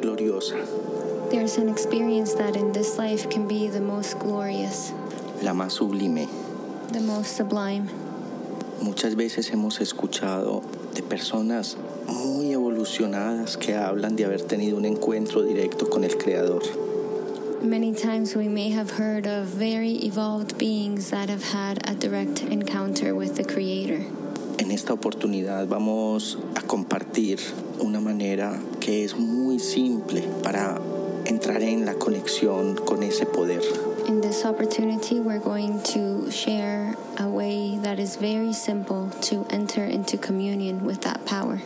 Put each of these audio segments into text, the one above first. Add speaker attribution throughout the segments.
Speaker 1: gloriosa.
Speaker 2: There's an experience that in this life can be the most glorious,
Speaker 1: la más sublime.
Speaker 2: the most sublime.
Speaker 1: Muchas veces hemos escuchado de personas muy evolucionadas que hablan de haber tenido un encuentro directo con el Creador.
Speaker 2: Many times we may have heard of very evolved beings that have had a direct encounter with the Creator.
Speaker 1: En esta oportunidad vamos a compartir una manera que es muy simple para entrar en la conexión con ese poder.
Speaker 2: In this opportunity, we're going to share a way that is very simple to enter into communion with that power.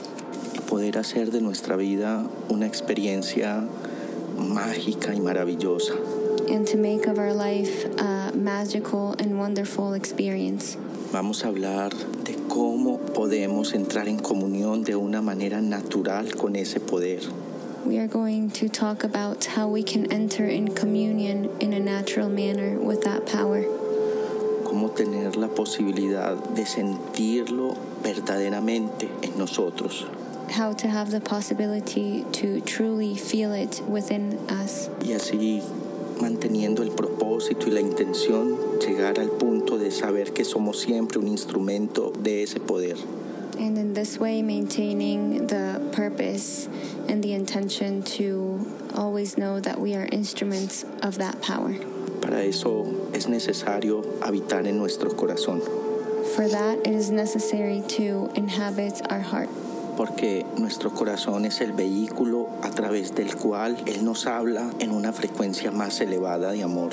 Speaker 1: y Poder hacer de nuestra vida una experiencia mágica y maravillosa.
Speaker 2: and to make of our life a magical and wonderful experience.
Speaker 1: Vamos a hablar de cómo podemos entrar en comunión de una manera natural con ese poder.
Speaker 2: We are going to talk about how we can enter in communion in a natural manner with that power,
Speaker 1: Cómo tener la posibilidad de sentirlo verdaderamente en nosotros.
Speaker 2: how to have the possibility to truly feel it within us,
Speaker 1: Y así, manteniendo el propósito y la intención, llegar al punto de saber que somos siempre un instrumento de ese poder.
Speaker 2: and in this way, maintaining the purpose and the intention to always know that we are instruments of that power.
Speaker 1: Para eso es necesario habitar en nuestro corazón,
Speaker 2: For that, it is necessary to inhabit our heart.
Speaker 1: porque nuestro corazón es el vehículo a través del cual Él nos habla en una frecuencia más elevada de amor.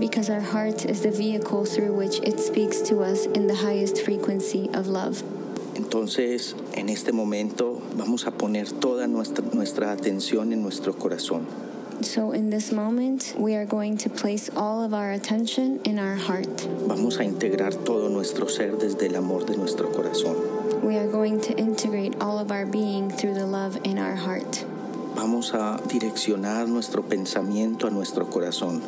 Speaker 2: because our heart is the vehicle through which it speaks to us in the highest frequency of love.
Speaker 1: Entonces, en este momento vamos a poner toda nuestra, nuestra atención en nuestro corazón.
Speaker 2: So, in this moment, we are going to place all of our attention in our heart.
Speaker 1: Vamos a integrar todo nuestro ser desde el amor de nuestro corazón.
Speaker 2: We are going to integrate all of our being through the love in our heart.
Speaker 1: Vamos a direccionar nuestro pensamiento a nuestro corazón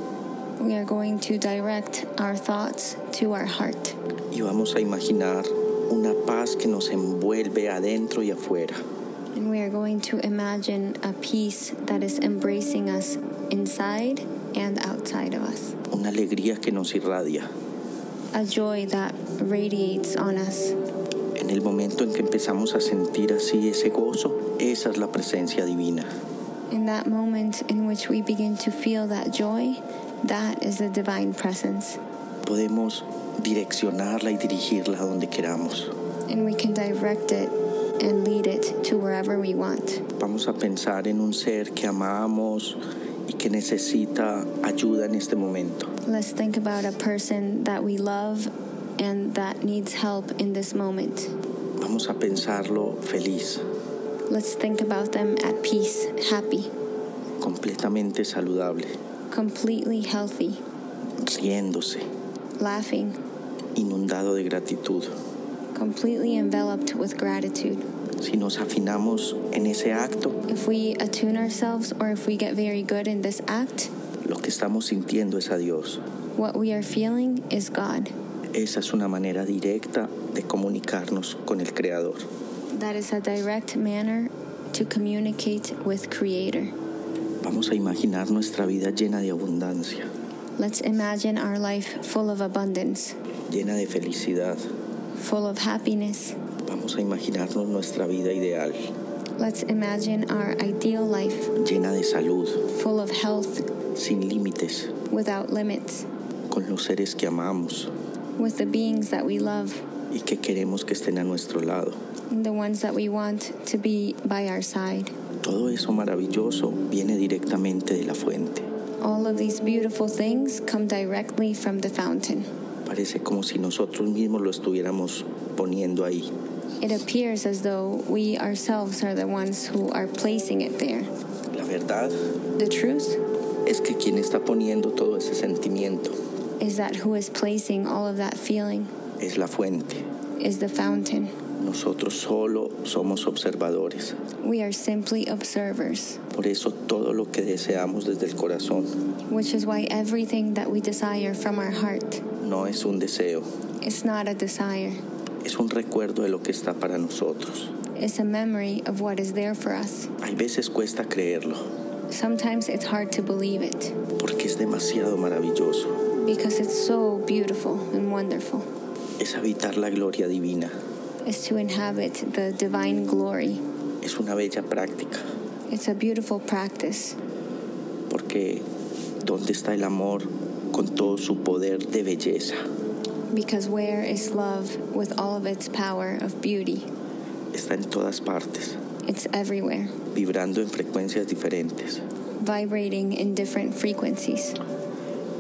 Speaker 2: We are going to direct our thoughts to our heart.
Speaker 1: y vamos a imaginar una paz que nos envuelve adentro y afuera.
Speaker 2: And we are going to imagine a peace that is embracing us inside and outside of us,
Speaker 1: Una alegría que nos irradia.
Speaker 2: a joy that radiates on us.
Speaker 1: En el momento en que empezamos a sentir así ese gozo, esa es la presencia divina.
Speaker 2: In that moment in which we begin to feel that joy, that is the divine presence.
Speaker 1: Podemos direccionarla y dirigirla a donde queramos.
Speaker 2: And we can direct it and lead it to wherever we want.
Speaker 1: Vamos a pensar en un ser que amamos y que necesita ayuda en este momento.
Speaker 2: Let's think about a person that we love and that needs help in this moment.
Speaker 1: Vamos a pensarlo feliz,
Speaker 2: Let's think about them at peace, happy,
Speaker 1: completamente saludable,
Speaker 2: completely healthy,
Speaker 1: riéndose,
Speaker 2: laughing,
Speaker 1: inundado de gratitud.
Speaker 2: completely enveloped with gratitude.
Speaker 1: Si nos afinamos en ese acto,
Speaker 2: If we attune ourselves or if we get very good in this act,
Speaker 1: lo que estamos sintiendo es a Dios.
Speaker 2: what we are feeling is God.
Speaker 1: Esa es una manera directa de comunicarnos con el Creador.
Speaker 2: That is a direct manner to communicate with Creator.
Speaker 1: Vamos a imaginar nuestra vida llena de abundancia,
Speaker 2: Let's imagine our life full of abundance,
Speaker 1: llena de felicidad.
Speaker 2: full of happiness.
Speaker 1: Vamos a imaginarnos nuestra vida ideal,
Speaker 2: Let's imagine our ideal life,
Speaker 1: llena de salud,
Speaker 2: full of health,
Speaker 1: sin límites,
Speaker 2: without limits,
Speaker 1: con los seres que amamos
Speaker 2: with the beings that we love
Speaker 1: y que queremos que estén a nuestro lado.
Speaker 2: and the ones that we want to be by our side.
Speaker 1: Todo eso maravilloso viene directamente de la fuente.
Speaker 2: All of these beautiful things come directly from the fountain.
Speaker 1: Parece como si nosotros mismos lo estuviéramos poniendo ahí.
Speaker 2: It appears as though we ourselves are the ones who are placing it there.
Speaker 1: La verdad
Speaker 2: The truth
Speaker 1: es que quien está poniendo todo ese sentimiento
Speaker 2: is that who is placing all of that feeling
Speaker 1: es la fuente.
Speaker 2: is the fountain.
Speaker 1: Nosotros solo somos observadores.
Speaker 2: We are simply observers,
Speaker 1: Por eso todo lo que deseamos desde el corazón
Speaker 2: which is why everything that we desire from our heart
Speaker 1: no es un deseo,
Speaker 2: is not a desire.
Speaker 1: es un recuerdo de lo que está para nosotros.
Speaker 2: is a memory of what is there for us.
Speaker 1: Hay veces cuesta creerlo
Speaker 2: Sometimes it's hard to believe it
Speaker 1: porque es demasiado maravilloso.
Speaker 2: because it's so beautiful and wonderful.
Speaker 1: Es habitar la gloria divina.
Speaker 2: It's to inhabit the divine glory.
Speaker 1: Es una bella práctica
Speaker 2: It's a beautiful practice
Speaker 1: porque ¿dónde está el amor con todo su poder de belleza?
Speaker 2: because where is love with all of its power of beauty?
Speaker 1: Está en todas partes,
Speaker 2: It's everywhere,
Speaker 1: vibrando en frecuencias diferentes.
Speaker 2: vibrating in different frequencies.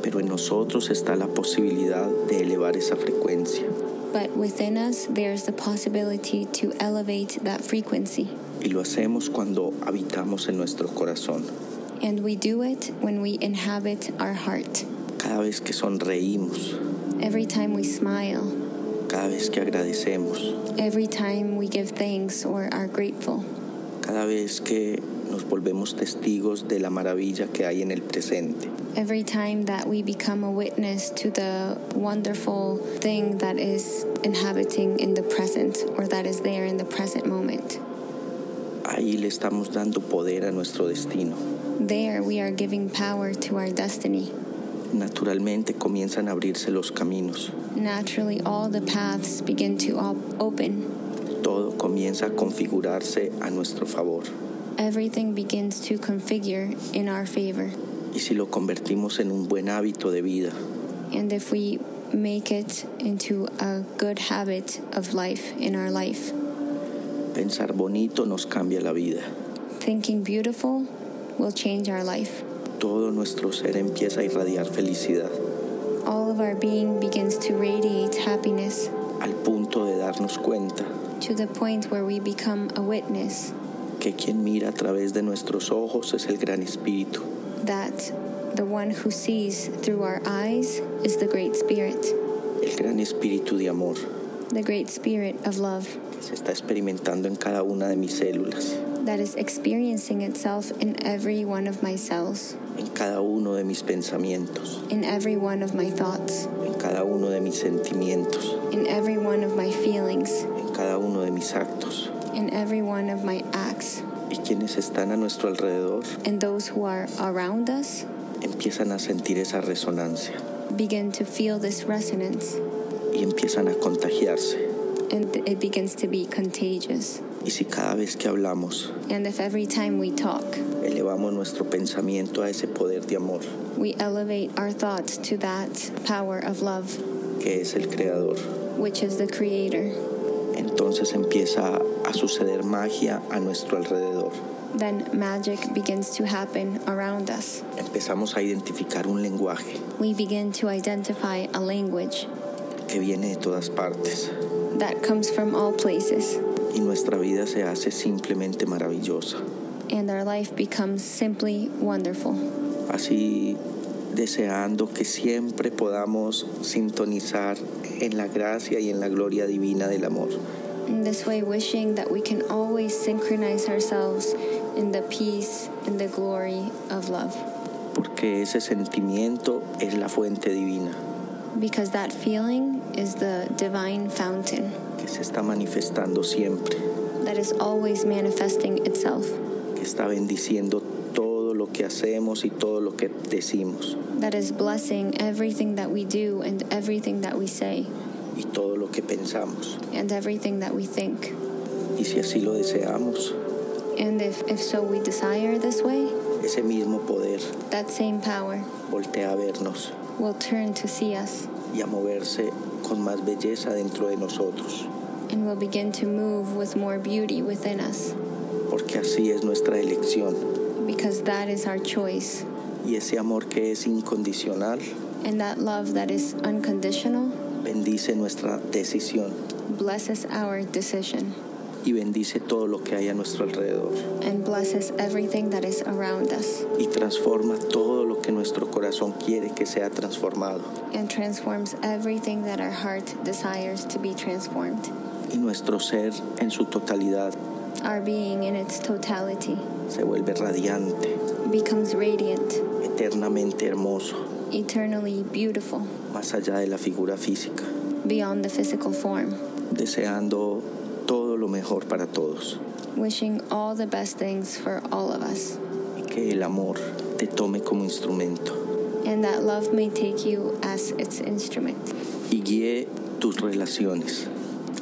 Speaker 1: Pero en nosotros está la posibilidad de elevar esa frecuencia
Speaker 2: But within us, there's the possibility to elevate that frequency.
Speaker 1: y lo hacemos cuando habitamos en nuestro corazón.
Speaker 2: And we do it when we inhabit our heart.
Speaker 1: Cada vez que sonreímos,
Speaker 2: Every time we smile,
Speaker 1: cada vez que agradecemos,
Speaker 2: every time we give thanks or are grateful,
Speaker 1: cada vez que nos volvemos testigos de la maravilla que hay en el presente.
Speaker 2: every time that we become a witness to the wonderful thing that is inhabiting in the present or that is there in the present moment.
Speaker 1: Ahí le estamos dando poder a nuestro destino.
Speaker 2: There, we are giving power to our destiny.
Speaker 1: Naturalmente comienzan a abrirse los caminos.
Speaker 2: Naturally, all the paths begin to op- open.
Speaker 1: Todo comienza a configurarse a nuestro favor.
Speaker 2: Everything begins to configure in our favor.
Speaker 1: Y si lo convertimos en un buen hábito de vida,
Speaker 2: And if we make it into a good habit of life in our life,
Speaker 1: pensar bonito nos cambia la vida.
Speaker 2: thinking beautiful will change our life.
Speaker 1: Todo nuestro ser empieza a irradiar felicidad
Speaker 2: All of our being begins to radiate happiness
Speaker 1: al punto de darnos cuenta
Speaker 2: to the point where we become a witness
Speaker 1: que quien mira a través de nuestros ojos es el gran espíritu.
Speaker 2: that the one who sees through our eyes is the Great Spirit,
Speaker 1: el gran espíritu de amor
Speaker 2: the Great Spirit of love
Speaker 1: que se está experimentando en cada una de mis células,
Speaker 2: that is experiencing itself in every one of my cells,
Speaker 1: en cada uno de mis pensamientos,
Speaker 2: in every one of my thoughts,
Speaker 1: en cada uno de mis sentimientos,
Speaker 2: in every one of my feelings.
Speaker 1: en cada uno de mis actos.
Speaker 2: in every one of my acts.
Speaker 1: Y quienes están a nuestro alrededor
Speaker 2: And those who are around us
Speaker 1: empiezan a sentir esa resonancia
Speaker 2: begin to feel this resonance
Speaker 1: y empiezan a contagiarse.
Speaker 2: and it begins to be contagious.
Speaker 1: Y si cada vez que hablamos
Speaker 2: And if every time we talk,
Speaker 1: elevamos nuestro pensamiento a ese poder de amor
Speaker 2: we elevate our thoughts to that power of love,
Speaker 1: que es el creador,
Speaker 2: which is the Creator,
Speaker 1: entonces empieza a suceder magia a nuestro alrededor.
Speaker 2: then magic begins to happen around us.
Speaker 1: Empezamos a identificar un lenguaje
Speaker 2: We begin to identify a language
Speaker 1: que viene de todas partes
Speaker 2: that comes from all places,
Speaker 1: y nuestra vida se hace simplemente maravillosa.
Speaker 2: and our life becomes simply wonderful.
Speaker 1: Así deseando que siempre podamos sintonizar en la gracia y en la gloria divina del amor.
Speaker 2: In this way, wishing that we can always synchronize ourselves in the peace and the glory of love,
Speaker 1: Porque ese sentimiento es la fuente divina
Speaker 2: because that feeling is the divine fountain
Speaker 1: que se está manifestando siempre,
Speaker 2: that is always manifesting itself,
Speaker 1: que está bendiciendo todo lo que hacemos y todo lo que decimos
Speaker 2: that is blessing everything that we do and everything that we say
Speaker 1: y todo lo que pensamos.
Speaker 2: and everything that we think.
Speaker 1: Y si así lo deseamos,
Speaker 2: And if, if so we desire this way,
Speaker 1: ese mismo poder
Speaker 2: that same power
Speaker 1: voltea a vernos
Speaker 2: will turn to see us
Speaker 1: y a moverse con más belleza dentro de nosotros,
Speaker 2: and will begin to move with more beauty within us,
Speaker 1: porque así es nuestra elección.
Speaker 2: because that is our choice.
Speaker 1: Y ese amor que es incondicional
Speaker 2: And that love that is unconditional
Speaker 1: bendice nuestra decisión
Speaker 2: blesses our decision
Speaker 1: y bendice todo lo que hay a nuestro alrededor
Speaker 2: and blesses everything that is around us
Speaker 1: y transforma todo lo que nuestro corazón quiere que sea transformado.
Speaker 2: and transforms everything that our heart desires to be transformed.
Speaker 1: Y nuestro ser en su totalidad
Speaker 2: Our being in its totality
Speaker 1: se vuelve radiante,
Speaker 2: becomes radiant,
Speaker 1: eternamente hermoso,
Speaker 2: eternally beautiful,
Speaker 1: más allá de la figura física,
Speaker 2: beyond the physical form,
Speaker 1: deseando todo lo mejor para todos
Speaker 2: wishing all the best things for all of us,
Speaker 1: y que el amor te tome como instrumento
Speaker 2: and that love may take you as its instrument,
Speaker 1: y guíe tus relaciones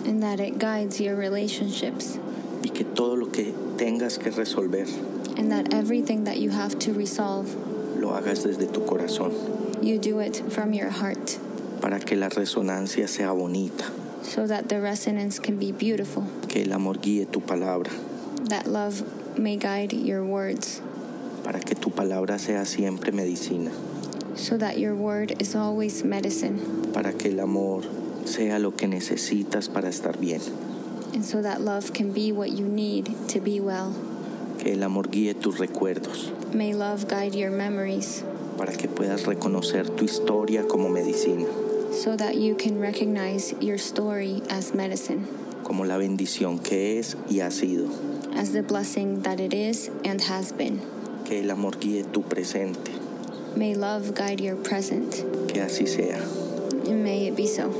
Speaker 2: and that it guides your relationships,
Speaker 1: y que todo lo que tengas que resolver
Speaker 2: and that everything that you have to resolve,
Speaker 1: lo hagas desde tu corazón
Speaker 2: you do it from your heart,
Speaker 1: para que la resonancia sea bonita,
Speaker 2: so that the resonance can be beautiful,
Speaker 1: que el amor guíe tu palabra,
Speaker 2: that love may guide your words,
Speaker 1: para que tu palabra sea siempre medicina,
Speaker 2: so that your word is always medicine,
Speaker 1: para que el amor sea lo que necesitas para estar bien,
Speaker 2: and so that love can be what you need to be well.
Speaker 1: que el amor guíe tus recuerdos,
Speaker 2: May love guide your memories,
Speaker 1: para que puedas reconocer tu historia como medicina,
Speaker 2: so that you can recognize your story as medicine.
Speaker 1: como la bendición que es y ha sido,
Speaker 2: as the blessing that it is and has been.
Speaker 1: que el amor guíe tu presente,
Speaker 2: May love guide your present,
Speaker 1: que así sea.
Speaker 2: and may it be so.